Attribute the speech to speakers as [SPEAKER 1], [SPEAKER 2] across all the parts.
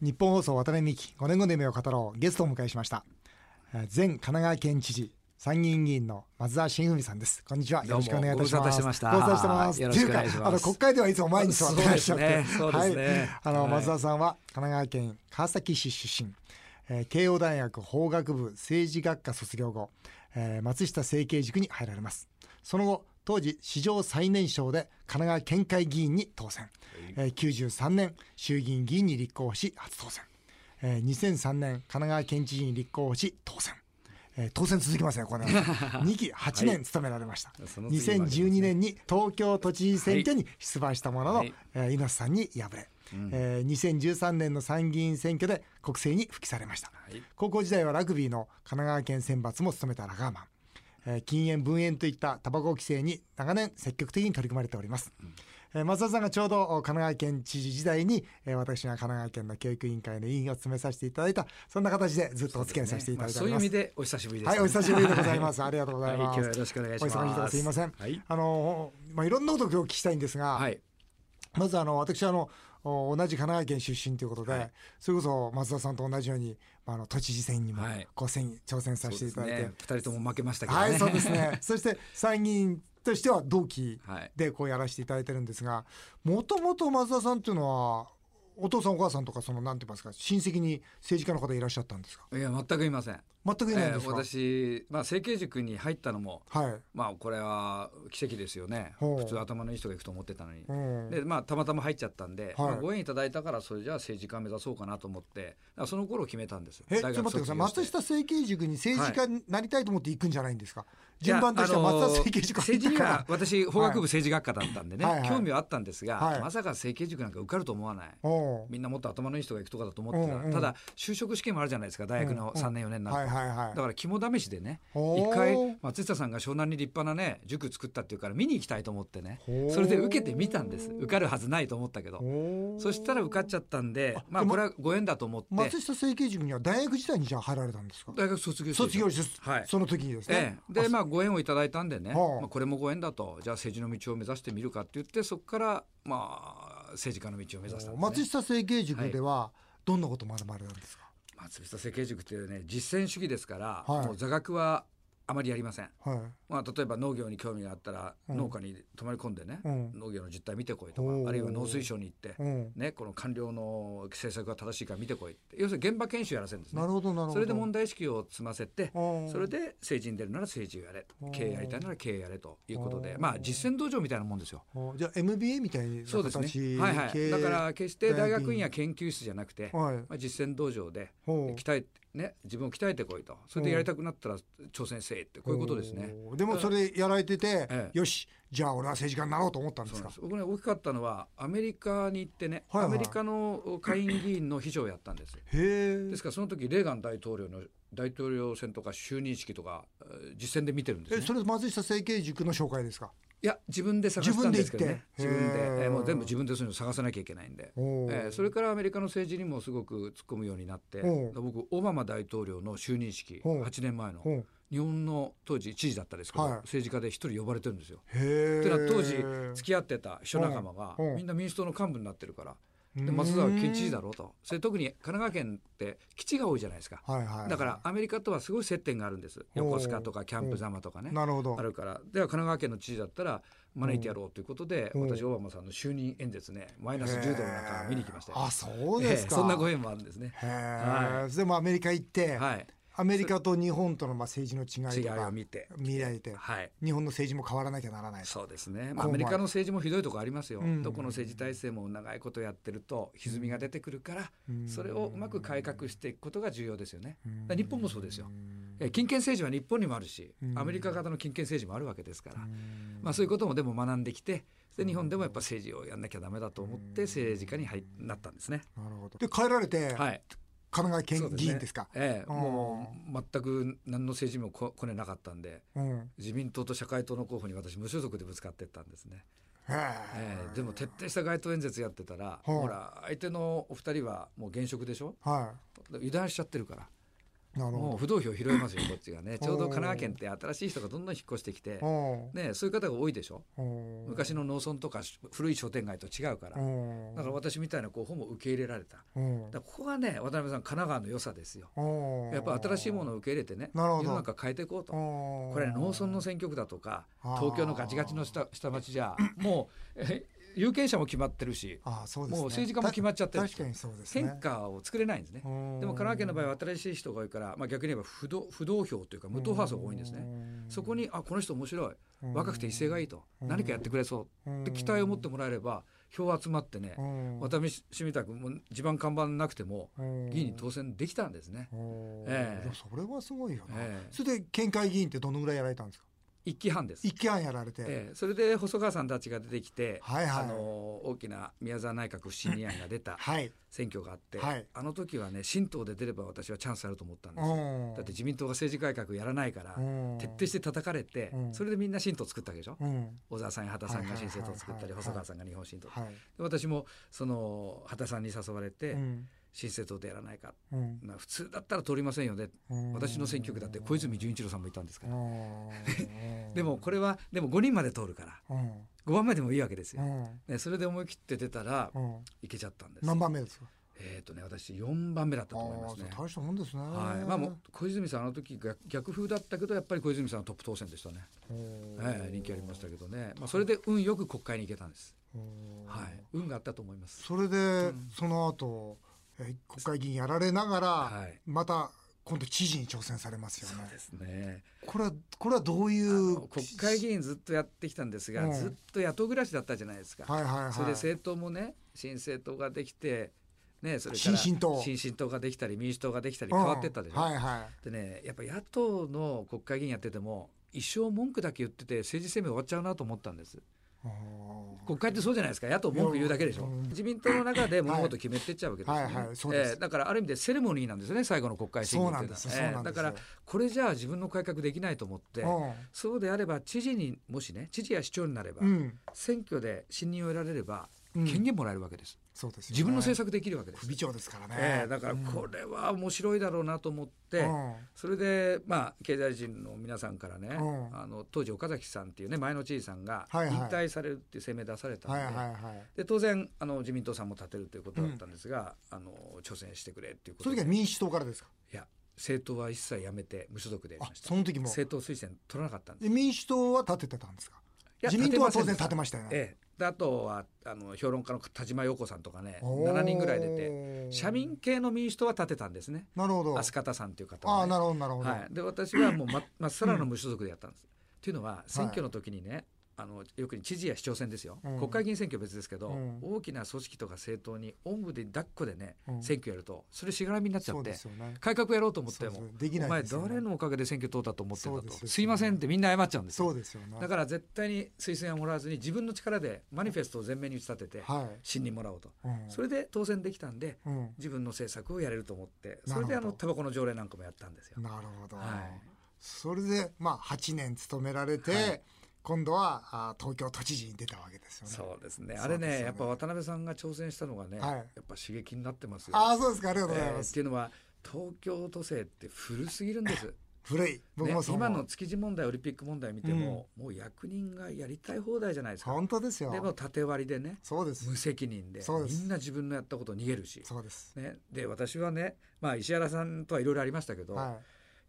[SPEAKER 1] 日本放送渡辺美希5年後の夢を語ろうゲストをお迎えしましたえー前神奈川県知事参議院議員の松田新文さんですこんにちはよろしくお願いいたします
[SPEAKER 2] どうもご無沙汰してました
[SPEAKER 1] ご無沙汰してます
[SPEAKER 2] よろしくお願いします
[SPEAKER 1] ってうかあの国会ではいつも前に座ってらっしゃって
[SPEAKER 2] そうですねそうですね
[SPEAKER 1] はい、あの
[SPEAKER 2] はい
[SPEAKER 1] 松田さんは神奈川県川崎市出身、えー慶応大学法学部政治学科卒業後、えー松下政経塾に入られますその後当時史上最年少で神奈川県会議員に当選、えー93年衆議院議員に立候補し初当選、えー2003年神奈川県知事に立候補し当選えー当選続きますね、これ ね。2期8年務められました。
[SPEAKER 2] その次もありますね
[SPEAKER 1] 2012年に東京都知事選挙に出馬したものの、
[SPEAKER 2] はい
[SPEAKER 1] えー猪瀬さんに敗れ、えー2013年の参議院選挙で国政に復帰されました。
[SPEAKER 2] い
[SPEAKER 1] 高校時代はラグビーの神奈川県選抜も務めたラガーマン。えー禁煙、分煙といったタバコ規制に長年積極的に取り組まれております。えー松田さんがちょうどお神奈川県知事時代に、えー私が神奈川県の教育委員会の委員を務めさせていただいた、そんな形でずっとお付き合いさせていただいてお
[SPEAKER 2] そう
[SPEAKER 1] り
[SPEAKER 2] いう意
[SPEAKER 1] ます
[SPEAKER 2] 味。でお久しぶりです、
[SPEAKER 1] はい、お久しぶりでございます。ありがとうございます。
[SPEAKER 2] はい今日はよろしくお願いします
[SPEAKER 1] お忙しいとこすいません。
[SPEAKER 2] はい
[SPEAKER 1] あの、まあ、いろんなことを今日お聞きしたいんですが、
[SPEAKER 2] はい
[SPEAKER 1] まずあの、私はあの、お同じ神奈川県出身ということで、
[SPEAKER 2] はい
[SPEAKER 1] それこそ松田さんと同じように、まあ、あの都知事選にも
[SPEAKER 2] はい
[SPEAKER 1] こう選挑戦さ
[SPEAKER 2] そ
[SPEAKER 1] せ
[SPEAKER 2] う
[SPEAKER 1] て
[SPEAKER 2] で
[SPEAKER 1] い
[SPEAKER 2] す
[SPEAKER 1] ただいて、
[SPEAKER 2] ね二人とも負けましたけどね
[SPEAKER 1] はい、そうですね。 そして参議院としては同期
[SPEAKER 2] はい
[SPEAKER 1] でこうやらせていただいてるんですが、もともと松田さんっていうのは、お父さんお母さんとかそのなんて言いますか親戚に政治家の方いらっしゃったんですか
[SPEAKER 2] いや全くいません
[SPEAKER 1] 全くいないんですか、
[SPEAKER 2] えー私、まあ、整形塾に入ったのも
[SPEAKER 1] はい、
[SPEAKER 2] まあこれは奇跡ですよね
[SPEAKER 1] ほう
[SPEAKER 2] 普通頭のいい人が行くと思ってたのに、
[SPEAKER 1] うん
[SPEAKER 2] でまあ、たまたま入っちゃったんで、
[SPEAKER 1] はい
[SPEAKER 2] まあご縁いただいたからそれじゃあ政治家目指そうかなと思ってだからその頃決めたんです
[SPEAKER 1] え、ちょっと待ってください。松下政経塾に政治家になりたいと思って行くんじゃないんですか。順番としては松田政経塾入った
[SPEAKER 2] 政治に
[SPEAKER 1] から。
[SPEAKER 2] は私法学部政治学科だったんでね、
[SPEAKER 1] はいはい
[SPEAKER 2] 興味はあったんですが、
[SPEAKER 1] はい
[SPEAKER 2] まさか政経塾なんか受かると思わない
[SPEAKER 1] おう
[SPEAKER 2] みんなもっと頭のいい人が行くとかだと思ってた、
[SPEAKER 1] うんうん
[SPEAKER 2] ただ就職試験もあるじゃないですか大学の3年4年なんか、
[SPEAKER 1] はいはいはい。
[SPEAKER 2] だから肝試しでね
[SPEAKER 1] おー
[SPEAKER 2] 一回松下さんが湘南に立派なね塾作ったっていうから見に行きたいと思ってね
[SPEAKER 1] ほー
[SPEAKER 2] それで受けてみたんです受かるはずないと思ったけど
[SPEAKER 1] おう
[SPEAKER 2] そしたら受かっちゃったんでまあ
[SPEAKER 1] でも
[SPEAKER 2] これはご縁だと思って
[SPEAKER 1] 松下政経塾には大学時代にじゃあ入られたんですか。
[SPEAKER 2] 大学卒業して
[SPEAKER 1] 卒業です。
[SPEAKER 2] はい
[SPEAKER 1] その時にですね
[SPEAKER 2] え。え、でまあご縁をいただいたんでね、
[SPEAKER 1] はあ
[SPEAKER 2] まあ、これもご縁だとじゃあ政治の道を目指してみるかって言ってそこからまあ政治家の道を目指したんです、ね、
[SPEAKER 1] 松下政経塾ではどんなこと学ばれたんですか。
[SPEAKER 2] 松下政経塾っていうね実践主義ですから、
[SPEAKER 1] はい
[SPEAKER 2] もう座学はあまりやりません。
[SPEAKER 1] はい。
[SPEAKER 2] まあ、例えば農業に興味があったら
[SPEAKER 1] うん
[SPEAKER 2] 農家に泊まり込んでね、
[SPEAKER 1] うん
[SPEAKER 2] 農業の実態見てこいと
[SPEAKER 1] おー
[SPEAKER 2] かあるいは農水省に行って、
[SPEAKER 1] うん。
[SPEAKER 2] ね、この官僚の政策が正しいか見てこいって要するに現場研修やらせるんですね
[SPEAKER 1] なるほどなるほど。
[SPEAKER 2] それで問題意識を積ませて
[SPEAKER 1] おう
[SPEAKER 2] それで政治に出るなら政治をやれ
[SPEAKER 1] おー
[SPEAKER 2] 経営やりたいなら経営やれということで
[SPEAKER 1] おー
[SPEAKER 2] まあ実践道場みたいなもんですよ。
[SPEAKER 1] おうじゃあ MBA みたいな
[SPEAKER 2] そうです
[SPEAKER 1] 形
[SPEAKER 2] ね、はいはい、だから決して大学院や
[SPEAKER 1] 大
[SPEAKER 2] 研究室じゃなくて、ま
[SPEAKER 1] はい。
[SPEAKER 2] あ、実践道場で
[SPEAKER 1] ほう
[SPEAKER 2] 鍛えて、ね、自分を鍛えてこいとそれでやりたくなったら挑戦せえってこういうことですね。
[SPEAKER 1] おー。でもそれやられてて、
[SPEAKER 2] ええ
[SPEAKER 1] よし、じゃあ俺は政治家になろうと思ったんで
[SPEAKER 2] そう
[SPEAKER 1] すか
[SPEAKER 2] なんで。す僕ね大きかったのはアメリカに行ってね、
[SPEAKER 1] はいはい
[SPEAKER 2] アメリカの下院議員の秘書をやったんですよ。
[SPEAKER 1] へえ
[SPEAKER 2] です。からその時レーガン大統領の大統領選とか就任式とかえー実践で見てるんです、
[SPEAKER 1] え、
[SPEAKER 2] ね、
[SPEAKER 1] それ松下政経塾の紹介ですか。
[SPEAKER 2] いや自分で探したんですけどね
[SPEAKER 1] 自
[SPEAKER 2] 自
[SPEAKER 1] 分
[SPEAKER 2] 分
[SPEAKER 1] で
[SPEAKER 2] で
[SPEAKER 1] 行ってへー
[SPEAKER 2] えーもう全部自分でそういうの探さなきゃいけないんで、
[SPEAKER 1] おー
[SPEAKER 2] えーそれからアメリカの政治にもすごく突っ込むようになって
[SPEAKER 1] おう
[SPEAKER 2] 僕オバマ大統領の就任式
[SPEAKER 1] おう
[SPEAKER 2] 8年前の
[SPEAKER 1] うん。
[SPEAKER 2] 日本の当時知事だったですけど、
[SPEAKER 1] はい
[SPEAKER 2] 政治家で一人呼ばれてるんですよ。
[SPEAKER 1] へえ。
[SPEAKER 2] ってのは当時付き合ってた秘書仲間が
[SPEAKER 1] おう
[SPEAKER 2] みんな民主党の幹部になってるから
[SPEAKER 1] う
[SPEAKER 2] で
[SPEAKER 1] ーん
[SPEAKER 2] 松沢県知事だろうとそれ特に神奈川県って基地が多いじゃないですか
[SPEAKER 1] はいはい。
[SPEAKER 2] だからアメリカとはすごい接点があるんです横須賀とかキャンプざまとかね
[SPEAKER 1] なるほど
[SPEAKER 2] あ。るからでは神奈川県の知事だったら招いてやろうということで
[SPEAKER 1] うん
[SPEAKER 2] 私オバマさんの就任演説ねマイナス10度の中見に来ましたよ
[SPEAKER 1] へーあ、そうですか。
[SPEAKER 2] ええそんなご縁もあるんですね
[SPEAKER 1] へ
[SPEAKER 2] は
[SPEAKER 1] え。それでもアメリカ行って、
[SPEAKER 2] はい
[SPEAKER 1] アメリカと日本とのまあ政治の違い
[SPEAKER 2] 違い
[SPEAKER 1] とか
[SPEAKER 2] を見て
[SPEAKER 1] 見られて、
[SPEAKER 2] はい
[SPEAKER 1] 日本の政治も変わらなきゃならない。
[SPEAKER 2] そうですね、
[SPEAKER 1] こうも
[SPEAKER 2] まあ、ア
[SPEAKER 1] あ
[SPEAKER 2] メ
[SPEAKER 1] る
[SPEAKER 2] リカの政治もひどいところありますよ、
[SPEAKER 1] うん
[SPEAKER 2] どこの政治体制も長いことやってると歪みが出てくるから、
[SPEAKER 1] うん
[SPEAKER 2] それをうまく改革していくことが重要ですよね、
[SPEAKER 1] うん
[SPEAKER 2] だから日本もそうですよ、えー金権政治は日本にもあるし、
[SPEAKER 1] うん
[SPEAKER 2] アメリカ型の金権政治もあるわけですから、
[SPEAKER 1] うん
[SPEAKER 2] まあ、そういうこともでも学んできてで日本でもやっぱ政治をやんなきゃダメだと思って政治家に入っなったんですね。
[SPEAKER 1] なるほど。で帰られて神
[SPEAKER 2] はい、
[SPEAKER 1] 奈川
[SPEAKER 2] そう
[SPEAKER 1] 県
[SPEAKER 2] ね
[SPEAKER 1] 議員ですか。
[SPEAKER 2] ええ
[SPEAKER 1] うん
[SPEAKER 2] もう全く何の政治にもここねなかったんで
[SPEAKER 1] うん。
[SPEAKER 2] 自民党と社会党の候補に私無所属でぶつかってったんですね。
[SPEAKER 1] へ
[SPEAKER 2] ええでも徹底した街頭演説やってたら、ほら相手のお二人はもう現職でしょ
[SPEAKER 1] はい。なる
[SPEAKER 2] もう
[SPEAKER 1] ほ
[SPEAKER 2] 不動票拾いますよこっちがねちょう
[SPEAKER 1] おー
[SPEAKER 2] ど神奈川県って新しい人がどんどん引っ越してきて
[SPEAKER 1] ど。、お
[SPEAKER 2] ね、そういう方が多いでしょ
[SPEAKER 1] お
[SPEAKER 2] 昔の農村とか古い商店街と違うからだ
[SPEAKER 1] お
[SPEAKER 2] から私みたいな候補も受け入れられただか
[SPEAKER 1] うん
[SPEAKER 2] らここがね渡辺さん神奈川の良さですよ
[SPEAKER 1] お
[SPEAKER 2] やっぱ新しいものを受け入れてね世
[SPEAKER 1] なるほ
[SPEAKER 2] の
[SPEAKER 1] ど
[SPEAKER 2] 中変えていこうと
[SPEAKER 1] こ
[SPEAKER 2] これ農村の選挙区だとか
[SPEAKER 1] あー
[SPEAKER 2] 東京のガチガチの下下町じゃもうえ有権者も決まってるし
[SPEAKER 1] ああそうですね
[SPEAKER 2] もう政治家も決まっちゃってる
[SPEAKER 1] た確かにそうですね
[SPEAKER 2] 変化を作れないんですね
[SPEAKER 1] で
[SPEAKER 2] でも神奈川県の場合は新しい人が多いから、まあ、逆に言えば不動不動票というか無党派層が多いんですねそこにあこの人面白い若くて威勢がいいと
[SPEAKER 1] うん
[SPEAKER 2] 何かやってくれそ
[SPEAKER 1] いう
[SPEAKER 2] って期待を持ってもらえれば票集まってね私みたくもう地盤看板なくても議員に当選できたんですねええ
[SPEAKER 1] えそれはすごいよな
[SPEAKER 2] ええ
[SPEAKER 1] それで県会議員ってどのぐらいやられたんですか
[SPEAKER 2] 一期半です
[SPEAKER 1] 一期半やられて
[SPEAKER 2] ええそれで細川さんたちが出てきて、
[SPEAKER 1] はいはい
[SPEAKER 2] あの大きな宮沢内閣不信任案が出た
[SPEAKER 1] はい
[SPEAKER 2] 選挙があって、
[SPEAKER 1] はい
[SPEAKER 2] あの時はね新党で出れば私はチャンスあると思ったんですよだ
[SPEAKER 1] だ
[SPEAKER 2] って自民党が政治改革やらないから徹底して叩かれて
[SPEAKER 1] うん
[SPEAKER 2] それでみんな新党作ったわけでしょ
[SPEAKER 1] うん
[SPEAKER 2] 小沢さんや畑さんが新政党作った
[SPEAKER 1] はいはいはい
[SPEAKER 2] り
[SPEAKER 1] はい
[SPEAKER 2] 細川さんが日本新党で
[SPEAKER 1] はい
[SPEAKER 2] 私もその畑さんに誘われて
[SPEAKER 1] うん
[SPEAKER 2] 新政党でやらないか
[SPEAKER 1] うん
[SPEAKER 2] な普通だったら通りませんよね
[SPEAKER 1] うん
[SPEAKER 2] 私の選挙区だって小泉純一郎さんもいたんですから
[SPEAKER 1] うん
[SPEAKER 2] でもこれはでも5人まで通るから
[SPEAKER 1] うん
[SPEAKER 2] 5番目でもいいわけです
[SPEAKER 1] う
[SPEAKER 2] よ、
[SPEAKER 1] ん
[SPEAKER 2] ね、それで思い切って出たら
[SPEAKER 1] うん
[SPEAKER 2] いけちゃったんです
[SPEAKER 1] 何番目ですか
[SPEAKER 2] えっ、とね私4番目だったと思いますね
[SPEAKER 1] ああ大したもんですね
[SPEAKER 2] はいまあ、もう小泉さんあの時が逆風だったけどやっぱり小泉さんはトップ当選でしたね、
[SPEAKER 1] うん
[SPEAKER 2] ええ人気ありましたけどね、まあ、それで運よく国会に行けたんです、
[SPEAKER 1] うん
[SPEAKER 2] はい、運があったと思います
[SPEAKER 1] それで、
[SPEAKER 2] ん
[SPEAKER 1] その後え国会議員やられながら、
[SPEAKER 2] はい
[SPEAKER 1] また今度知事に挑戦されますよ
[SPEAKER 2] そう
[SPEAKER 1] ね
[SPEAKER 2] ですね
[SPEAKER 1] これはこれはどうい
[SPEAKER 2] あ
[SPEAKER 1] う
[SPEAKER 2] の国会議員ずっとやってきたんですが、
[SPEAKER 1] うん
[SPEAKER 2] ずっと野党暮らしだったじゃないですか、
[SPEAKER 1] はいはいはい
[SPEAKER 2] それで政党もね新政党ができて、ね、それか
[SPEAKER 1] 新
[SPEAKER 2] ら
[SPEAKER 1] 進党
[SPEAKER 2] 新進党ができたり民主党ができたり変わってったでしょ、
[SPEAKER 1] うんはいは
[SPEAKER 2] でねやっぱ野党の国会議員やってても一生文句だけ言ってて政治生命終わっちゃうなと思ったんです
[SPEAKER 1] い
[SPEAKER 2] 国会ってそうじゃないですか野党文句言うだけでしょ、
[SPEAKER 1] うん
[SPEAKER 2] 自民党の中で物事決めてっちゃうわけですよね、
[SPEAKER 1] はいはいはいそうです
[SPEAKER 2] えーだからある意味でセレモニーなんですね最後の国会審議
[SPEAKER 1] そう
[SPEAKER 2] っ
[SPEAKER 1] な
[SPEAKER 2] てい
[SPEAKER 1] ん
[SPEAKER 2] う
[SPEAKER 1] で
[SPEAKER 2] のは
[SPEAKER 1] すよそう
[SPEAKER 2] え
[SPEAKER 1] な
[SPEAKER 2] ー
[SPEAKER 1] んで
[SPEAKER 2] だ
[SPEAKER 1] すよ
[SPEAKER 2] からこれじゃあ自分の改革できないと思って、そうであれば知事にもしね知事や市長になれば、
[SPEAKER 1] うんうん
[SPEAKER 2] 選挙で信任を得られれば
[SPEAKER 1] うん
[SPEAKER 2] 権限もらえるわけです、
[SPEAKER 1] そうですよね
[SPEAKER 2] 自分の政策できるわけです、
[SPEAKER 1] 首長ですからね、
[SPEAKER 2] えーだからこれは面白いだろうなと思って、
[SPEAKER 1] うん
[SPEAKER 2] それで、まあ、経済人の皆さんからね、
[SPEAKER 1] うん
[SPEAKER 2] あの当時岡崎さんっていうね前の知事さんが引
[SPEAKER 1] はいはい
[SPEAKER 2] 退されるっていう声明出されたん
[SPEAKER 1] は
[SPEAKER 2] で,、
[SPEAKER 1] いはいはい
[SPEAKER 2] で当然あの自民党さんも立てるということだったんですが、あの挑戦してくれっていう
[SPEAKER 1] そ
[SPEAKER 2] こと
[SPEAKER 1] の時
[SPEAKER 2] で
[SPEAKER 1] は民主党からですか
[SPEAKER 2] いや政党は一切やめて無所属でやり
[SPEAKER 1] あ
[SPEAKER 2] ました
[SPEAKER 1] その時も
[SPEAKER 2] 政党推薦取らなかったんです
[SPEAKER 1] で民主党は立ててたんですか
[SPEAKER 2] いや
[SPEAKER 1] 自民党は
[SPEAKER 2] 立
[SPEAKER 1] 当
[SPEAKER 2] てませ
[SPEAKER 1] 然
[SPEAKER 2] んでした
[SPEAKER 1] 立てましたよね、
[SPEAKER 2] ええであとはあの評論家の田島陽子さんとかね
[SPEAKER 1] おー
[SPEAKER 2] 7人ぐらい出て社民系の民主党は立てたんですね
[SPEAKER 1] なるほど
[SPEAKER 2] 飛鳥田さんという方
[SPEAKER 1] あ
[SPEAKER 2] は
[SPEAKER 1] あ
[SPEAKER 2] ね
[SPEAKER 1] なるほどなるほど、
[SPEAKER 2] はい、で私は もうままっさらの無所属でやったんです。というのは選挙の時にね、あのよくに知事や市長選ですよ、
[SPEAKER 1] うん
[SPEAKER 2] 国会議員選挙は別ですけど、
[SPEAKER 1] うん
[SPEAKER 2] 大きな組織とか政党におんぶで抱っこでね、
[SPEAKER 1] うん
[SPEAKER 2] 選挙やるとそれしがらみになっちゃ
[SPEAKER 1] そ
[SPEAKER 2] っ
[SPEAKER 1] うで
[SPEAKER 2] て
[SPEAKER 1] すよね
[SPEAKER 2] 改革やろうと思っても
[SPEAKER 1] そうそうでき
[SPEAKER 2] お
[SPEAKER 1] ない
[SPEAKER 2] 前
[SPEAKER 1] ですよね
[SPEAKER 2] 誰のおかげで選挙通ったと思ってんだ
[SPEAKER 1] そうですよ
[SPEAKER 2] と
[SPEAKER 1] ね
[SPEAKER 2] すいませんってみんな謝っちゃうんですよ
[SPEAKER 1] そうですよね
[SPEAKER 2] だから絶対に推薦はもらわずに自分の力でマニフェストを前面に打ち立てて
[SPEAKER 1] はい、
[SPEAKER 2] 信任もらおうと、
[SPEAKER 1] うん
[SPEAKER 2] それで当選できたんで
[SPEAKER 1] うん、
[SPEAKER 2] 自分の政策をやれると思って
[SPEAKER 1] な
[SPEAKER 2] そ
[SPEAKER 1] るほど
[SPEAKER 2] れであのタバコの条例なんかもやったんですよ。
[SPEAKER 1] なるほど、
[SPEAKER 2] はい
[SPEAKER 1] それでまあ8年勤められて、
[SPEAKER 2] はい
[SPEAKER 1] 今度はあ東京都知事に出たわけですよね
[SPEAKER 2] そうですね。
[SPEAKER 1] そう
[SPEAKER 2] あれね、
[SPEAKER 1] ですよね
[SPEAKER 2] やっぱ渡辺さんが挑戦したのがね、
[SPEAKER 1] はい
[SPEAKER 2] やっぱ刺激になってますよ。
[SPEAKER 1] ああそうですかありがとうござい
[SPEAKER 2] え
[SPEAKER 1] ま
[SPEAKER 2] ーっ
[SPEAKER 1] す、
[SPEAKER 2] ていうのは、東京都政って古すぎるんです。
[SPEAKER 1] 古い 僕
[SPEAKER 2] ね
[SPEAKER 1] もそう思
[SPEAKER 2] 今
[SPEAKER 1] う、
[SPEAKER 2] の築地問題、オリンピック問題見ても、もう役人がやりたい放題じゃないですか。
[SPEAKER 1] 本当ですよ
[SPEAKER 2] でも縦割りでね、
[SPEAKER 1] そうです
[SPEAKER 2] 無責任で、
[SPEAKER 1] そうです
[SPEAKER 2] みんな自分のやったことを逃げるし。
[SPEAKER 1] そうです
[SPEAKER 2] ね、で私はね、まあ、石原さんとはいろいろありましたけど、
[SPEAKER 1] は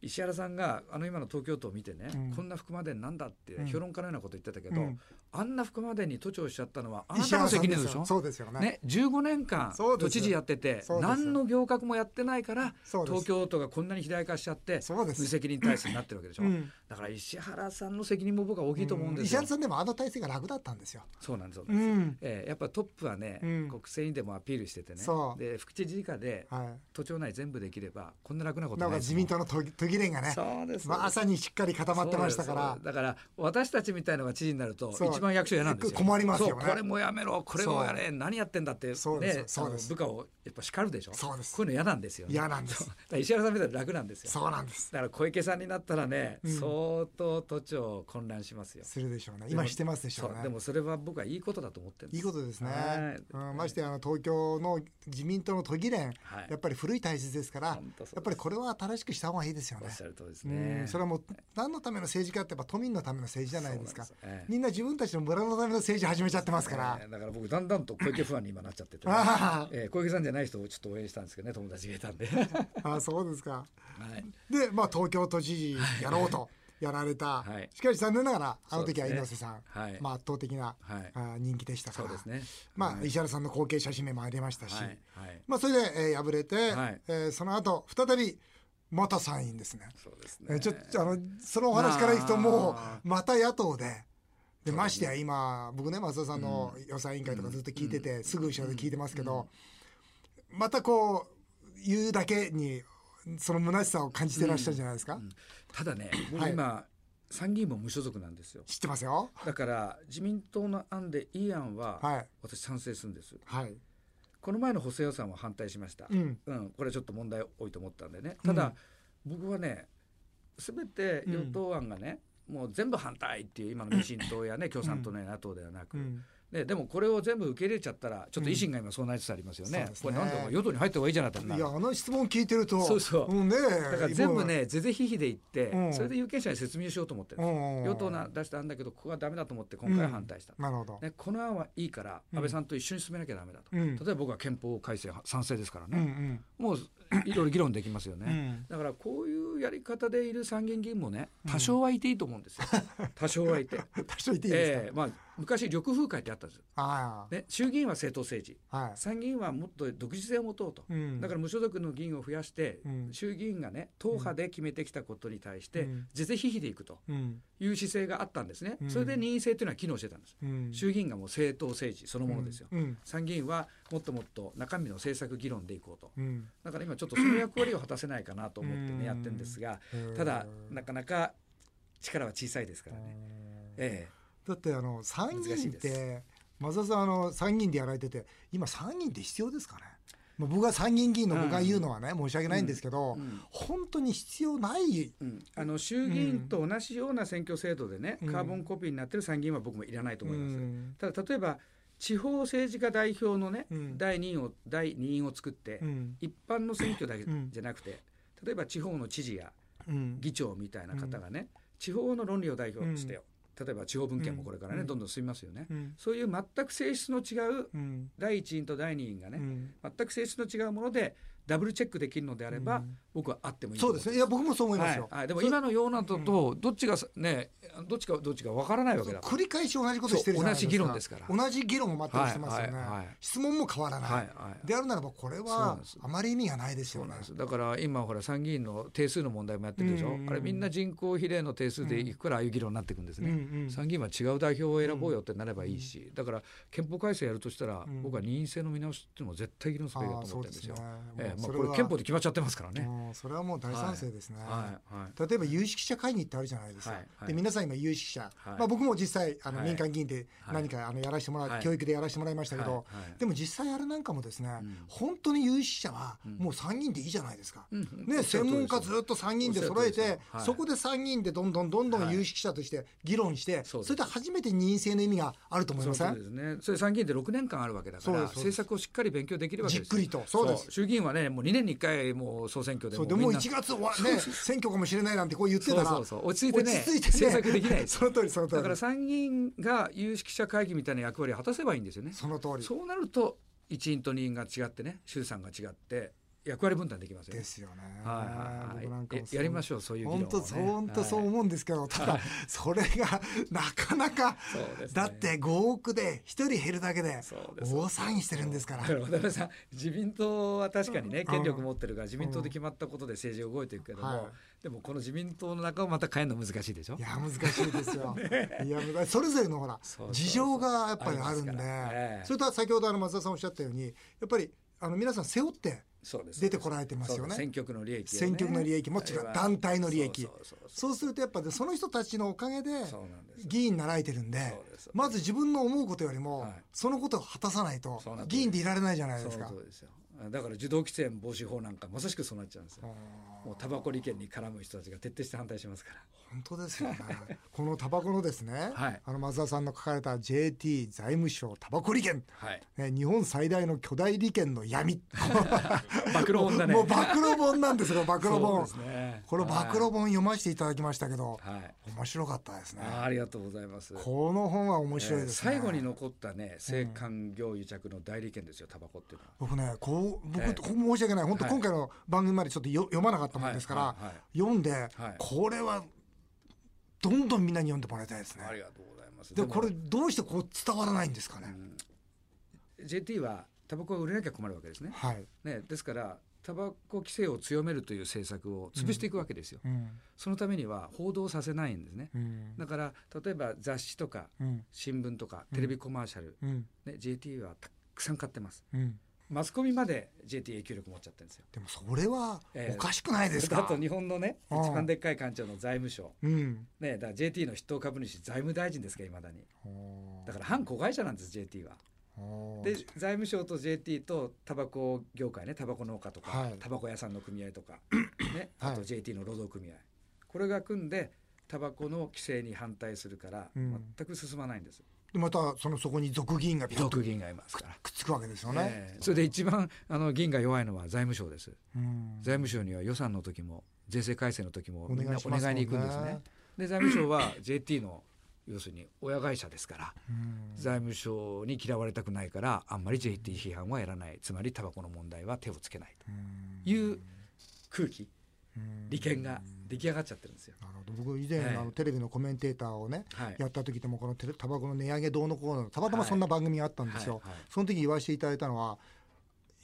[SPEAKER 2] 石原さんがあの今の東京都を見てね、
[SPEAKER 1] うん
[SPEAKER 2] こんな服までなんだって
[SPEAKER 1] うん
[SPEAKER 2] 評論家のようなこと言ってたけど、
[SPEAKER 1] うん
[SPEAKER 2] あんな服までに都庁しちゃったのはあ
[SPEAKER 1] い
[SPEAKER 2] なたの責任でし
[SPEAKER 1] 石原さん
[SPEAKER 2] ょ
[SPEAKER 1] すよそうですよね
[SPEAKER 2] ね、15年間
[SPEAKER 1] そうです
[SPEAKER 2] 都知事やってて
[SPEAKER 1] そうです
[SPEAKER 2] 何の行革もやってないから
[SPEAKER 1] そうです
[SPEAKER 2] 東京都がこんなに肥大化しちゃって
[SPEAKER 1] そうです
[SPEAKER 2] 無責任体制になってるわけでしょ、
[SPEAKER 1] うん
[SPEAKER 2] だから石原さんの責任も僕は大きいと思うんです
[SPEAKER 1] 石
[SPEAKER 2] よ、
[SPEAKER 1] 原さんでもあの体制が楽だったんですよ、
[SPEAKER 2] そうなんですよ、
[SPEAKER 1] うん
[SPEAKER 2] えーやっぱトップはね、
[SPEAKER 1] うん
[SPEAKER 2] 国政にでもアピールしててね
[SPEAKER 1] そう
[SPEAKER 2] で副知事以下で
[SPEAKER 1] は
[SPEAKER 2] 都庁内全部できればこんな楽なこ
[SPEAKER 1] い、
[SPEAKER 2] とな
[SPEAKER 1] ないんか
[SPEAKER 2] です
[SPEAKER 1] 自
[SPEAKER 2] もん
[SPEAKER 1] 民党の都議都議議連がね、
[SPEAKER 2] そうです
[SPEAKER 1] まあ、朝にしっかり固まってましたか
[SPEAKER 2] そう
[SPEAKER 1] ら
[SPEAKER 2] です。だから私たちみたいのが知事になると
[SPEAKER 1] そう
[SPEAKER 2] 一番役所嫌なんですよ
[SPEAKER 1] 困りますよね
[SPEAKER 2] そうこれもやめろこれをやれ何やってんだってね
[SPEAKER 1] そうです
[SPEAKER 2] あ
[SPEAKER 1] そ
[SPEAKER 2] の
[SPEAKER 1] うです
[SPEAKER 2] 部下をやっぱ叱るでしょ
[SPEAKER 1] そうです
[SPEAKER 2] こういうの嫌なんですよね
[SPEAKER 1] 嫌なんです
[SPEAKER 2] そうだから石原さんみたいに楽なんですよ
[SPEAKER 1] そうなんです。
[SPEAKER 2] だから小池さんになったらね、
[SPEAKER 1] うん
[SPEAKER 2] 相当都庁混乱しますよ
[SPEAKER 1] するでしょうね。今してますでしょう
[SPEAKER 2] そ
[SPEAKER 1] ね。
[SPEAKER 2] でもそれは僕はいいことだと思ってるんで
[SPEAKER 1] い
[SPEAKER 2] す
[SPEAKER 1] いことですね
[SPEAKER 2] はい。
[SPEAKER 1] うん、ましてあの東京の自民党の都議連、
[SPEAKER 2] はい
[SPEAKER 1] やっぱり古い体質ですから、や
[SPEAKER 2] 本当そうです
[SPEAKER 1] っぱりこれは新しくした方がいいですよ
[SPEAKER 2] お
[SPEAKER 1] ね
[SPEAKER 2] っし。ゃる通りです
[SPEAKER 1] う
[SPEAKER 2] ね
[SPEAKER 1] ん、それはもう何のための政治かってやっぱ都民のための政治じゃないですか。
[SPEAKER 2] そうなんですええ
[SPEAKER 1] みんな自分たちの村のための政治始めちゃってますから。
[SPEAKER 2] えーだから僕だんだんと 小池不安に今なっちゃってて、
[SPEAKER 1] あ
[SPEAKER 2] えー小池さんじゃない人をちょっと応援したんですけどね友達がいたんで、は
[SPEAKER 1] あ、あそうですか。
[SPEAKER 2] い、
[SPEAKER 1] で、まあ東京都知事やろうとやられた。
[SPEAKER 2] はい
[SPEAKER 1] しかし残念ながらあの時は
[SPEAKER 2] そうで
[SPEAKER 1] 猪瀬
[SPEAKER 2] すね
[SPEAKER 1] さん、
[SPEAKER 2] はい
[SPEAKER 1] まあ圧倒的な、
[SPEAKER 2] はい
[SPEAKER 1] あ人気でしたか
[SPEAKER 2] そう
[SPEAKER 1] ら。
[SPEAKER 2] ですね
[SPEAKER 1] まあ
[SPEAKER 2] はい
[SPEAKER 1] 石原さんの後継者指名もありましたし。
[SPEAKER 2] はいはい
[SPEAKER 1] まあ、それで、えー敗れて、
[SPEAKER 2] はい
[SPEAKER 1] えーその後再びまた参院ですね。
[SPEAKER 2] そうです
[SPEAKER 1] えー
[SPEAKER 2] ね
[SPEAKER 1] ちょっとあのそのお話からいくともう
[SPEAKER 2] まあ
[SPEAKER 1] また野党で。で
[SPEAKER 2] そうですね
[SPEAKER 1] ましてや今僕ね松田さんの予算委員会とかずっと聞いてて、すぐ後ろで聞いてますけど、またこう言うだけにその虚しさを感じてらっしゃるじゃないですか、
[SPEAKER 2] ただね僕今、参議院も無所属なんですよ
[SPEAKER 1] 知ってますよ
[SPEAKER 2] だから自民党の案でいい案は
[SPEAKER 1] はい
[SPEAKER 2] 私賛成するんです
[SPEAKER 1] はい
[SPEAKER 2] この前の補正予算は反対しました、
[SPEAKER 1] うん
[SPEAKER 2] これはちょっと問題多いと思ったんでねただ、僕はね全て与党案がね、もう全部反対っていう今の民進党やね共産党の野党ではな
[SPEAKER 1] う
[SPEAKER 2] く、
[SPEAKER 1] ん
[SPEAKER 2] ででもこれを全部受け入れちゃったらちょっと維新が今そうなりつつありますよね,、
[SPEAKER 1] うんそうです
[SPEAKER 2] こ
[SPEAKER 1] ね
[SPEAKER 2] れなんだか与党に入った方がいいじゃないかない
[SPEAKER 1] やあの質問聞いてると
[SPEAKER 2] そうそう
[SPEAKER 1] ね
[SPEAKER 2] だから全部ね是々非々で言って、
[SPEAKER 1] うん
[SPEAKER 2] それで有権者に説明しようと思ってるん
[SPEAKER 1] う
[SPEAKER 2] です、
[SPEAKER 1] ん
[SPEAKER 2] 与党な出した案だけどここはダメだと思って今回は反対した、
[SPEAKER 1] なるほど、
[SPEAKER 2] ね、この案はいいから安倍さんと一緒に進めなきゃダメだと、
[SPEAKER 1] うん
[SPEAKER 2] 例えば僕は憲法改正賛成ですから
[SPEAKER 1] うんう
[SPEAKER 2] ね、
[SPEAKER 1] ん
[SPEAKER 2] もういろいろ議論できますよね、
[SPEAKER 1] うん
[SPEAKER 2] だからこういうやり方でいる参議院議員もね多少はいていいと思うんです よ、多少はいて
[SPEAKER 1] 多少言っていいですか、
[SPEAKER 2] ええまあ昔緑風会ってあったんですよ、
[SPEAKER 1] あ
[SPEAKER 2] ね、衆議院は政党政治
[SPEAKER 1] あはい
[SPEAKER 2] 参議院はもっと独自性を持とうと、
[SPEAKER 1] うん
[SPEAKER 2] だから無所属の議員を増やして、
[SPEAKER 1] うん
[SPEAKER 2] 衆議院がね党派で決めてきたことに対して
[SPEAKER 1] うん
[SPEAKER 2] 是々非々でいくと
[SPEAKER 1] うん
[SPEAKER 2] いう姿勢があったんですね、
[SPEAKER 1] うん
[SPEAKER 2] それで任意制というのは機能してたんです、
[SPEAKER 1] うん
[SPEAKER 2] 衆議院がもう政党政治そのものですよ、
[SPEAKER 1] うん
[SPEAKER 2] 参議院はもっともっと中身の政策議論でいこうと
[SPEAKER 1] うん
[SPEAKER 2] だから今ちょっとその役割を果たせないかなと思って
[SPEAKER 1] うん
[SPEAKER 2] ねやってるんですが
[SPEAKER 1] うん
[SPEAKER 2] ただなかなか力は小さいですからね。え
[SPEAKER 1] だってあの参議
[SPEAKER 2] 難し
[SPEAKER 1] 院
[SPEAKER 2] い
[SPEAKER 1] っ
[SPEAKER 2] で
[SPEAKER 1] て松田さんあの参議院でやられてて今参議院って必要ですかね、まあ、僕は参議院議員の僕が言うのはね、申し訳ないんですけど、
[SPEAKER 2] うんうん
[SPEAKER 1] 本当に必要ない、
[SPEAKER 2] えうんあの衆議院と同じような選挙制度でね、
[SPEAKER 1] うん
[SPEAKER 2] カーボンコピーになってる参議院は僕もいらないと思います。
[SPEAKER 1] うん
[SPEAKER 2] ただ例えば地方政治家代表のね、
[SPEAKER 1] うん
[SPEAKER 2] 第2員を第2員を作って、
[SPEAKER 1] うん
[SPEAKER 2] 一般の選挙だけ
[SPEAKER 1] うん
[SPEAKER 2] じゃなくて、例えば地方の知事や
[SPEAKER 1] うん
[SPEAKER 2] 議長みたいな方がね、地方の論理を代表してよ、例えば地方文献もこれからね、
[SPEAKER 1] うん
[SPEAKER 2] どんどん進みますよね、
[SPEAKER 1] うん
[SPEAKER 2] そういう全く性質の違う
[SPEAKER 1] うん
[SPEAKER 2] 第一員と第二員がね、
[SPEAKER 1] うん
[SPEAKER 2] 全く性質の違うものでダブルチェックできるのであれば、
[SPEAKER 1] うん
[SPEAKER 2] 僕はあってもいい
[SPEAKER 1] そ
[SPEAKER 2] と
[SPEAKER 1] う
[SPEAKER 2] 思
[SPEAKER 1] ですねいや僕もそう思いますよ、
[SPEAKER 2] はいはい、でも今のようなととどっちがさねどっちかどっちかわからないわけだから
[SPEAKER 1] 繰り返し同じことしてるじゃないですか
[SPEAKER 2] そう同じ議論ですから
[SPEAKER 1] 同じ議論を待ってしてますよね、
[SPEAKER 2] はいはいはい
[SPEAKER 1] 質問も変わらない、
[SPEAKER 2] はいはい
[SPEAKER 1] であるならばこれ
[SPEAKER 2] そうな
[SPEAKER 1] は
[SPEAKER 2] んです
[SPEAKER 1] あまり意味がないです
[SPEAKER 2] そ
[SPEAKER 1] よ
[SPEAKER 2] う
[SPEAKER 1] ね
[SPEAKER 2] なんですだから今ほら参議院の定数の問題もやってるでしょ、
[SPEAKER 1] うんうん
[SPEAKER 2] あれみんな人口比例の定数でいくからああいう議論になっていくんですね、
[SPEAKER 1] うんうん
[SPEAKER 2] 参議院は違う代表を選ぼうよってなればいいし、だから憲法改正やるとしたら、
[SPEAKER 1] ん
[SPEAKER 2] 僕は任意制の見直しっていうのも絶対議論すべきだと思ってるんですよ
[SPEAKER 1] あーそう。ですね
[SPEAKER 2] え
[SPEAKER 1] もう
[SPEAKER 2] えまあ、
[SPEAKER 1] それ
[SPEAKER 2] こ
[SPEAKER 1] は
[SPEAKER 2] れ憲法で決まっちゃってますからね。
[SPEAKER 1] うんそれはもう大賛成ですね、
[SPEAKER 2] はいはい
[SPEAKER 1] 例えば有識者会議ってあるじゃないですか、
[SPEAKER 2] はいはい
[SPEAKER 1] で皆さん今有識者、
[SPEAKER 2] はい
[SPEAKER 1] まあ、僕も実際あの
[SPEAKER 2] はい
[SPEAKER 1] 民間議員で
[SPEAKER 2] はい
[SPEAKER 1] 何かあのやらせてもらう、
[SPEAKER 2] はい
[SPEAKER 1] 教育でやらせてもらいましたけど、
[SPEAKER 2] はいはい
[SPEAKER 1] でも実際あれなんかもですね、
[SPEAKER 2] ん
[SPEAKER 1] 本当に有識者はもう参議院でいいじゃないですか、
[SPEAKER 2] うん
[SPEAKER 1] ね、専門家ずっと参議院で揃え
[SPEAKER 2] おっしゃ
[SPEAKER 1] て
[SPEAKER 2] る通りですよはい
[SPEAKER 1] そこで参議院でどんどんどんどん
[SPEAKER 2] はい
[SPEAKER 1] 有識者として議論して、
[SPEAKER 2] そ
[SPEAKER 1] そう
[SPEAKER 2] です
[SPEAKER 1] れで初めて任意性の意味があると思い
[SPEAKER 2] そう
[SPEAKER 1] ま
[SPEAKER 2] いう
[SPEAKER 1] せ
[SPEAKER 2] こと
[SPEAKER 1] ん
[SPEAKER 2] ですね。それ参議院で6年間あるわけだか
[SPEAKER 1] そ
[SPEAKER 2] ら、
[SPEAKER 1] うですそうです
[SPEAKER 2] 政策をしっかり勉強できるわけですよ。
[SPEAKER 1] じっくりとそうです
[SPEAKER 2] 衆議院はね、もう2年に1回もう総選挙で
[SPEAKER 1] そうで
[SPEAKER 2] みん
[SPEAKER 1] もう
[SPEAKER 2] な
[SPEAKER 1] 1月終わ、ね、選挙かもしれないなんてこう言ってたら
[SPEAKER 2] そうそうそう落ち着いてね
[SPEAKER 1] 落ち着いて
[SPEAKER 2] 政策できないで す
[SPEAKER 1] その通りその通り
[SPEAKER 2] だから参議院が有識者会議みたいな役割を果たせばいいんですよね。
[SPEAKER 1] その通り
[SPEAKER 2] そうなると一員と二員が違ってね、衆参が違って役割分担できますよね
[SPEAKER 1] で。すよね。
[SPEAKER 2] はいはい
[SPEAKER 1] 僕なんか
[SPEAKER 2] はい
[SPEAKER 1] も。
[SPEAKER 2] えやりましょうそういう議論を
[SPEAKER 1] 本当
[SPEAKER 2] ね
[SPEAKER 1] そう本当そう思うんですけど、ただそれがなかなか
[SPEAKER 2] そうですね
[SPEAKER 1] だって5億で一人減るだけで
[SPEAKER 2] そうです
[SPEAKER 1] 大騒ぎしてるんですか
[SPEAKER 2] だ
[SPEAKER 1] ら
[SPEAKER 2] か。ら渡辺さん自民党は確かにね
[SPEAKER 1] ん
[SPEAKER 2] 権力持ってるから自民党で決まったことで政治が動いていくけど
[SPEAKER 1] はい
[SPEAKER 2] もでもこの自民党の中をまた変えるの難しいでしょ
[SPEAKER 1] いや難しいです よ。いや難しいそれぞれのほら
[SPEAKER 2] そうそう
[SPEAKER 1] 事情がやっぱりあるん
[SPEAKER 2] ありますからえ
[SPEAKER 1] で
[SPEAKER 2] え、
[SPEAKER 1] それとは先ほどあの松田さんおっしゃったようにやっぱりあの皆さん背負って
[SPEAKER 2] そうです
[SPEAKER 1] 出てこられてますよね
[SPEAKER 2] そうです選挙区の利益、ね、
[SPEAKER 1] 選挙区の利益も違う
[SPEAKER 2] あれは
[SPEAKER 1] 団体の利益
[SPEAKER 2] そうそうそう
[SPEAKER 1] そうするとやっぱねその人たちのおかげで
[SPEAKER 2] そうなんです
[SPEAKER 1] 議員になられてるんで
[SPEAKER 2] そうです
[SPEAKER 1] まず自分の思うことよりも、
[SPEAKER 2] はい
[SPEAKER 1] そのことを果たさないと
[SPEAKER 2] そうなんです
[SPEAKER 1] 議員でいられないじゃないです
[SPEAKER 2] そう
[SPEAKER 1] か
[SPEAKER 2] そうですよだから受動喫煙防止法なんかまさしくそうなっちゃうんですよもうタバコ利権に絡む人たちが徹底して反対しますから
[SPEAKER 1] 本当ですよね このタバコのですね、
[SPEAKER 2] はい
[SPEAKER 1] あの松田さんの書かれた JT 財務省タバコ利権、
[SPEAKER 2] はい
[SPEAKER 1] ね、日本最大の巨大利権の闇
[SPEAKER 2] 暴露 本だね
[SPEAKER 1] もう暴露本なん ですよ暴露本、
[SPEAKER 2] そうですね
[SPEAKER 1] この暴露本読ませていただきましたけど、
[SPEAKER 2] はい、はい
[SPEAKER 1] 面白かったですね
[SPEAKER 2] あーありがとうございます
[SPEAKER 1] この本は面白いですね、
[SPEAKER 2] えー最後に残ったね性官業癒着の代理権ですよタバコっていうのは
[SPEAKER 1] 僕ねこう僕、
[SPEAKER 2] ええ
[SPEAKER 1] ほん申し訳ない本当
[SPEAKER 2] はい
[SPEAKER 1] 今回の番組までちょっとよ読まなかったもんですから、
[SPEAKER 2] はいはいはい
[SPEAKER 1] 読んで、
[SPEAKER 2] い
[SPEAKER 1] これはどんどんみんなに読んでもらいたいですね
[SPEAKER 2] ありがとうございます
[SPEAKER 1] で
[SPEAKER 2] も
[SPEAKER 1] これどうしてこう伝わらないんですかね、
[SPEAKER 2] JT はタバコが売れなきゃ困るわけですね
[SPEAKER 1] はい、
[SPEAKER 2] ねですからタバコ規制を強めるという政策を潰していくわけですよ、
[SPEAKER 1] うん
[SPEAKER 2] そのためには報道させないんですね
[SPEAKER 1] うん
[SPEAKER 2] だから例えば雑誌とか
[SPEAKER 1] うん
[SPEAKER 2] 新聞とかテレビコマーシャル、
[SPEAKER 1] うん
[SPEAKER 2] ね、JT はたくさん買ってます
[SPEAKER 1] うん
[SPEAKER 2] マスコミまで JT 影響力持っちゃってるんですよ
[SPEAKER 1] でもそれは
[SPEAKER 2] ええ
[SPEAKER 1] おかしくないです
[SPEAKER 2] だ
[SPEAKER 1] か、
[SPEAKER 2] と日本のね
[SPEAKER 1] ああ
[SPEAKER 2] 一番でっかい官庁の財務省
[SPEAKER 1] うん
[SPEAKER 2] ねだから JT の筆頭株主財務大臣ですからいまだに
[SPEAKER 1] おー
[SPEAKER 2] だから反子会社なんです JT は
[SPEAKER 1] おー
[SPEAKER 2] で財務省と JT とタバコ業界ねタバコ農家とか、
[SPEAKER 1] はい
[SPEAKER 2] タバコ屋さんの組合と か、ね、
[SPEAKER 1] はい
[SPEAKER 2] あと JT の労働組合これが組んでタバコの規制に反対するから、
[SPEAKER 1] うん
[SPEAKER 2] 全く進まないんです
[SPEAKER 1] でまたそのそこに俗議員がピタッと
[SPEAKER 2] 議員がいますから、
[SPEAKER 1] くっつくわけですよね、
[SPEAKER 2] ええそれで一番あの議員が弱いのは財務省です
[SPEAKER 1] うん
[SPEAKER 2] 財務省には予算の時も税制改正の時も
[SPEAKER 1] お
[SPEAKER 2] みん
[SPEAKER 1] 願
[SPEAKER 2] ない
[SPEAKER 1] し
[SPEAKER 2] お
[SPEAKER 1] ますもんね
[SPEAKER 2] 願いに行くんですねで財務省は JT の要するに親会社ですから
[SPEAKER 1] うん
[SPEAKER 2] 財務省に嫌われたくないからあんまり JT 批判はやらないつまりタバコの問題は手をつけない
[SPEAKER 1] うん
[SPEAKER 2] という空気
[SPEAKER 1] うん
[SPEAKER 2] 利権が出来上がっちゃってるんですよ。
[SPEAKER 1] なるほど僕以前、
[SPEAKER 2] ええ
[SPEAKER 1] あのテレビのコメンテーターをね、
[SPEAKER 2] はい
[SPEAKER 1] やった時でもこのテレタバコの値上げどうのこうのたまたまそんな番組があったんですよ、
[SPEAKER 2] はいはいはい
[SPEAKER 1] その時言わせていただいたのは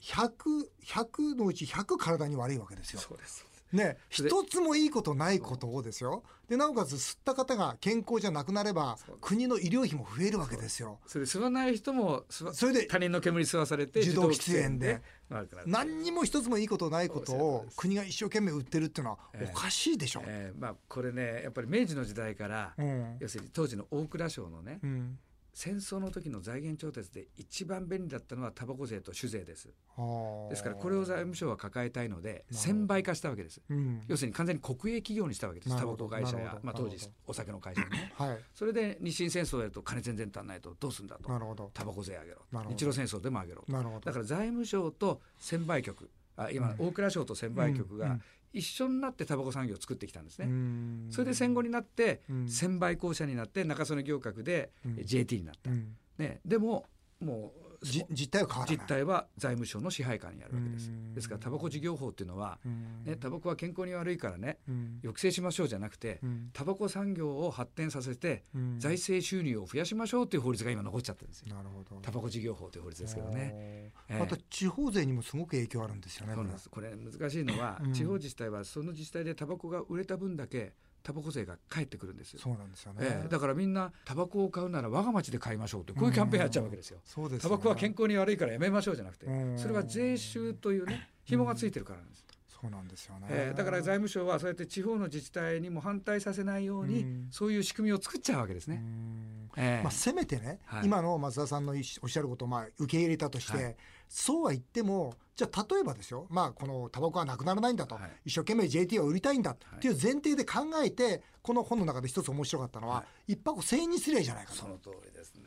[SPEAKER 1] 100, 100のうち100体に悪いわけですよ。
[SPEAKER 2] そうです
[SPEAKER 1] ね
[SPEAKER 2] それ
[SPEAKER 1] 一つもいいことないことをですよでなおかつ吸った方が健康じゃなくなれば
[SPEAKER 2] そうです
[SPEAKER 1] 国の医療費も増えるわけですよ。
[SPEAKER 2] それで吸わない人も吸わ
[SPEAKER 1] それで
[SPEAKER 2] 他人の煙吸わされて
[SPEAKER 1] 受動喫煙で
[SPEAKER 2] 悪くなる
[SPEAKER 1] 何にも一つもいいことないこと
[SPEAKER 2] そうですそう
[SPEAKER 1] を
[SPEAKER 2] です
[SPEAKER 1] 国が一生懸命売ってるっていうのは
[SPEAKER 2] ええ
[SPEAKER 1] おかしいでしょ。
[SPEAKER 2] えーまあこれねやっぱり明治の時代から、
[SPEAKER 1] うん
[SPEAKER 2] 要するに当時の大蔵省のね、
[SPEAKER 1] うん
[SPEAKER 2] 戦争の時の財源調達で一番便利だったのはタバコ税と酒税です
[SPEAKER 1] あー
[SPEAKER 2] ですからこれを財務省は抱えたいので
[SPEAKER 1] ほど
[SPEAKER 2] 1000倍化したわけです
[SPEAKER 1] うん
[SPEAKER 2] 要するに完全に国営企業にしたわけです
[SPEAKER 1] な
[SPEAKER 2] タ
[SPEAKER 1] る
[SPEAKER 2] バ
[SPEAKER 1] ほど
[SPEAKER 2] コ会社
[SPEAKER 1] なる
[SPEAKER 2] や
[SPEAKER 1] ほ、ど
[SPEAKER 2] まあ、当時
[SPEAKER 1] なるほ
[SPEAKER 2] お酒の会社 ね
[SPEAKER 1] はい
[SPEAKER 2] それで日清戦争やると金全然足んないとどうするんだと
[SPEAKER 1] なるほど
[SPEAKER 2] タバコ税上げろ
[SPEAKER 1] なるほど
[SPEAKER 2] 日露戦争でも上げろ
[SPEAKER 1] なるほど
[SPEAKER 2] だから財務省と専売局あ今
[SPEAKER 1] うん
[SPEAKER 2] 大蔵省と専売
[SPEAKER 1] う
[SPEAKER 2] 局
[SPEAKER 1] んう
[SPEAKER 2] が
[SPEAKER 1] ん
[SPEAKER 2] 一緒になってタバコ産業を作ってきたんですね、
[SPEAKER 1] うん
[SPEAKER 2] それで戦後になって
[SPEAKER 1] うん
[SPEAKER 2] 専売公社になって中曽根行革で
[SPEAKER 1] うん
[SPEAKER 2] JT になった、
[SPEAKER 1] うん
[SPEAKER 2] ね、でももう
[SPEAKER 1] じ実態は変わらない
[SPEAKER 2] 実態は財務省の支配下にあるわけです
[SPEAKER 1] うん
[SPEAKER 2] ですからタバコ事業法っていうのは、
[SPEAKER 1] うん
[SPEAKER 2] ね、タバコは健康に悪いからね
[SPEAKER 1] うん
[SPEAKER 2] 抑制しましょうじゃなくて
[SPEAKER 1] うん
[SPEAKER 2] タバコ産業を発展させて
[SPEAKER 1] うん
[SPEAKER 2] 財政収入を増やしましょうっていう法律が今残っちゃってるんですよ
[SPEAKER 1] なるほど
[SPEAKER 2] タバコ事業法という法律ですけどね。
[SPEAKER 1] おー
[SPEAKER 2] ええ
[SPEAKER 1] また地方税にもすごく影響あるんですよね
[SPEAKER 2] そうなんですこれ難しいのは、
[SPEAKER 1] うん
[SPEAKER 2] 地方自治体はその自治体でタバコが売れた分だけタバコ税が返ってくるんですよ、
[SPEAKER 1] そうなんですよね、
[SPEAKER 2] ええだからみんなタバコを買うなら我が町で買いましょうってこういうキャンペーンやっちゃうわけですよ、
[SPEAKER 1] そうです
[SPEAKER 2] タ
[SPEAKER 1] よね、
[SPEAKER 2] バコは健康に悪いからやめましょうじゃなくて、
[SPEAKER 1] うん
[SPEAKER 2] それは税収というね紐がついてるからなんです、
[SPEAKER 1] そうなんですよね、
[SPEAKER 2] ええだから財務省はそうやって地方の自治体にも反対させないように、
[SPEAKER 1] うん
[SPEAKER 2] そういう仕組みを作っちゃうわけですね、
[SPEAKER 1] うん
[SPEAKER 2] ええ
[SPEAKER 1] まあ、せめてね、
[SPEAKER 2] はい
[SPEAKER 1] 今の松田さんのいおっしゃることをまあ受け入れたとして、
[SPEAKER 2] はい
[SPEAKER 1] そうは言ってもじゃあ例えばですよ、まあ、このタバコはなくならないんだと、
[SPEAKER 2] はい
[SPEAKER 1] 一生懸命 JT を売りたいんだ
[SPEAKER 2] はい
[SPEAKER 1] っていう前提で考えてこの本の中で一つ面白かったのは、
[SPEAKER 2] は
[SPEAKER 1] 一箱1,000円にすりゃいいじゃないかと
[SPEAKER 2] そ。の通りですね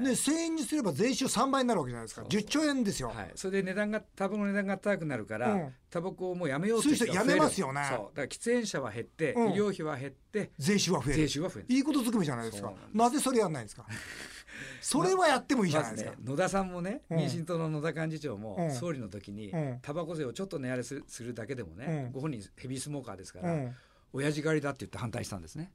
[SPEAKER 1] ね、1,000円にすれば税収3倍になるわけじゃないですか
[SPEAKER 2] そう
[SPEAKER 1] 10兆円ですよ、
[SPEAKER 2] はい、それで値段がタバコの値段が高くなるから、
[SPEAKER 1] うん
[SPEAKER 2] タバコをもうやめようっていう人が増える
[SPEAKER 1] そういう人やめますよね
[SPEAKER 2] そうだから喫煙者は減って、
[SPEAKER 1] うん
[SPEAKER 2] 医療費は減って
[SPEAKER 1] 税収は増え
[SPEAKER 2] 税
[SPEAKER 1] る
[SPEAKER 2] 収は増える
[SPEAKER 1] いいことづくめじゃないですか
[SPEAKER 2] そう
[SPEAKER 1] な
[SPEAKER 2] なんで
[SPEAKER 1] ぜそれやんないんです かそれはやってもいいじゃ
[SPEAKER 2] ま
[SPEAKER 1] ない
[SPEAKER 2] ず
[SPEAKER 1] ですか、
[SPEAKER 2] ね、野田さんもね、
[SPEAKER 1] うん
[SPEAKER 2] 民進党の野田幹事長も、
[SPEAKER 1] うん
[SPEAKER 2] 総理の時に、
[SPEAKER 1] うん
[SPEAKER 2] タバコ税をちょっと値上げするするだけでもね、
[SPEAKER 1] うん
[SPEAKER 2] ご本人ヘビースモーカーですか
[SPEAKER 1] う
[SPEAKER 2] ら、
[SPEAKER 1] ん
[SPEAKER 2] 親父狩りだって言って反対した んですね。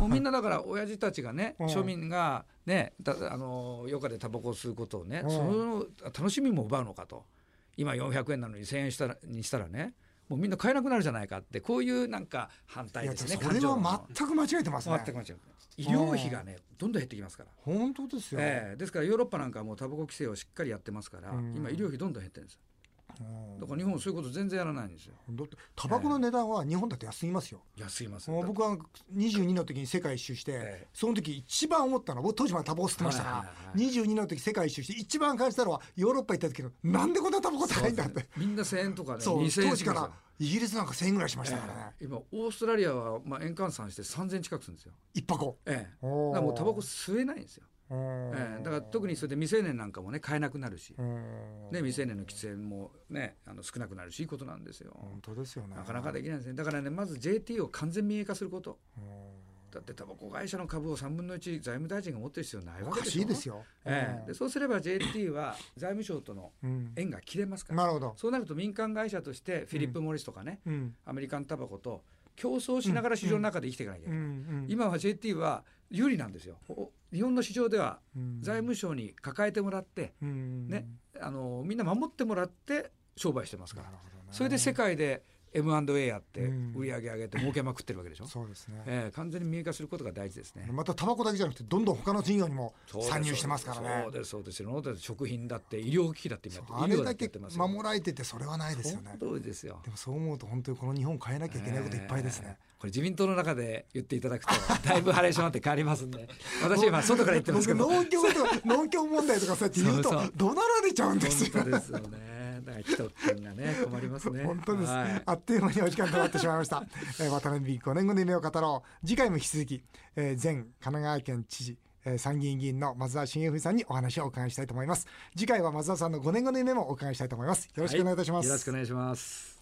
[SPEAKER 2] もうみんなだから親父たちがね、
[SPEAKER 1] うん
[SPEAKER 2] 庶民がねだあの余暇でタバコを吸うことをね、
[SPEAKER 1] うん
[SPEAKER 2] その楽しみも奪うのかと今400円なのに1000円したらにしたらねもうみんな買えなくなるじゃないかってこういうなんか反
[SPEAKER 1] い
[SPEAKER 2] 対
[SPEAKER 1] や
[SPEAKER 2] ですね
[SPEAKER 1] それは
[SPEAKER 2] 感
[SPEAKER 1] 全く間違えてます
[SPEAKER 2] 情
[SPEAKER 1] ね
[SPEAKER 2] 論は全く間違いない医療費がねどんどん減ってきますから、
[SPEAKER 1] 本当ですよ、
[SPEAKER 2] ええですからヨーロッパなんかはもうタバコ規制をしっかりやってますから、
[SPEAKER 1] うん
[SPEAKER 2] 今医療費どんどん減ってるんですよだから日本はそういうこと全然やらないんですよ
[SPEAKER 1] だってタバコの値段は日本だと安いますよ、
[SPEAKER 2] 安います
[SPEAKER 1] もう僕は22の時に世界一周して、
[SPEAKER 2] ええ
[SPEAKER 1] その時一番思ったのは僕当時まだタバコ吸ってましたから、
[SPEAKER 2] はいはい
[SPEAKER 1] 22の時世界一周して一番感じたのはヨーロッパ行った時のなんでこんなタバコ高いんだって
[SPEAKER 2] みんな1000円とかね
[SPEAKER 1] そう
[SPEAKER 2] 2000円
[SPEAKER 1] 当時からイギリスなんか1000円ぐらいしましたからね、
[SPEAKER 2] ええ今オーストラリアはまあ円換算して3000近くするんですよ
[SPEAKER 1] 一箱
[SPEAKER 2] ええ
[SPEAKER 1] おー
[SPEAKER 2] だからもうタバコ吸えないんですよ、ええだから特
[SPEAKER 1] に
[SPEAKER 2] にそれで未成年なんかもね買えなくなるし、ね、未成年の喫煙もねあの少なくなるしいいことなんですよ、
[SPEAKER 1] 本当ですよね
[SPEAKER 2] なかなかできないですねだからねまず JT を完全民営化すること
[SPEAKER 1] うん
[SPEAKER 2] だってタバコ会社の株を3分の1財務大臣が持ってる必要ない
[SPEAKER 1] お
[SPEAKER 2] わけ
[SPEAKER 1] か
[SPEAKER 2] で
[SPEAKER 1] し
[SPEAKER 2] しょ
[SPEAKER 1] いですよ、
[SPEAKER 2] ええ、
[SPEAKER 1] う
[SPEAKER 2] で
[SPEAKER 1] ん
[SPEAKER 2] そうすれば JT は財務省との
[SPEAKER 1] うん
[SPEAKER 2] 縁が切れますから、
[SPEAKER 1] なるほど、
[SPEAKER 2] そうなると民間会社としてフィリップ・モリスとかね、
[SPEAKER 1] うん
[SPEAKER 2] アメリカンタバコと競争しながら市場の中で生きていかなきゃいけ
[SPEAKER 1] うんう
[SPEAKER 2] ない、
[SPEAKER 1] ん、
[SPEAKER 2] 今は JT は有利なんですよお日本の市場では
[SPEAKER 1] うん
[SPEAKER 2] 財務省に抱えてもらって、
[SPEAKER 1] うん
[SPEAKER 2] ねあのみんな守ってもらって商売してますか
[SPEAKER 1] なる
[SPEAKER 2] ら、
[SPEAKER 1] ほどね
[SPEAKER 2] それで世界で M&A やって
[SPEAKER 1] うん
[SPEAKER 2] 売り上げ上げて儲けまくってるわけでしょ、
[SPEAKER 1] そうですね、
[SPEAKER 2] ええ完全に民営化することが大事ですね。
[SPEAKER 1] またタバコだけじゃなくてどんどん他の事業にも
[SPEAKER 2] そうです
[SPEAKER 1] 参入してますから
[SPEAKER 2] そう
[SPEAKER 1] ね
[SPEAKER 2] ですそうですそうです食品だって医療機器だって今やって
[SPEAKER 1] あ
[SPEAKER 2] 医
[SPEAKER 1] れ
[SPEAKER 2] 療
[SPEAKER 1] だ
[SPEAKER 2] って
[SPEAKER 1] け
[SPEAKER 2] やってますよ
[SPEAKER 1] 守られててそれはないですよね
[SPEAKER 2] その通りですよ
[SPEAKER 1] でもそう思うと本当にこの日本変えなきゃいけないこといっぱいですね、
[SPEAKER 2] えーこれ自民党の中で言っていただ くとだいぶハレーションって変わりますんで私今外から言ってますけど
[SPEAKER 1] 僕農業とか農業問題とかそうやって言うと
[SPEAKER 2] そうそう
[SPEAKER 1] 怒鳴られちゃうんですよ
[SPEAKER 2] 本当ですよねだから人君がね困りますね
[SPEAKER 1] 本当です、
[SPEAKER 2] はい
[SPEAKER 1] あっという間にお時間となってしまいま した、えー渡辺美5年後の夢を語ろう次回も引き続き、えー前神奈川県知事えー参議院議員の松田茂文さんにお話をお伺いしたいと思います次回は松田さんの5年後の夢もお伺いしたいと思いますよろしくお願いいたします、
[SPEAKER 2] はよろしくお願いします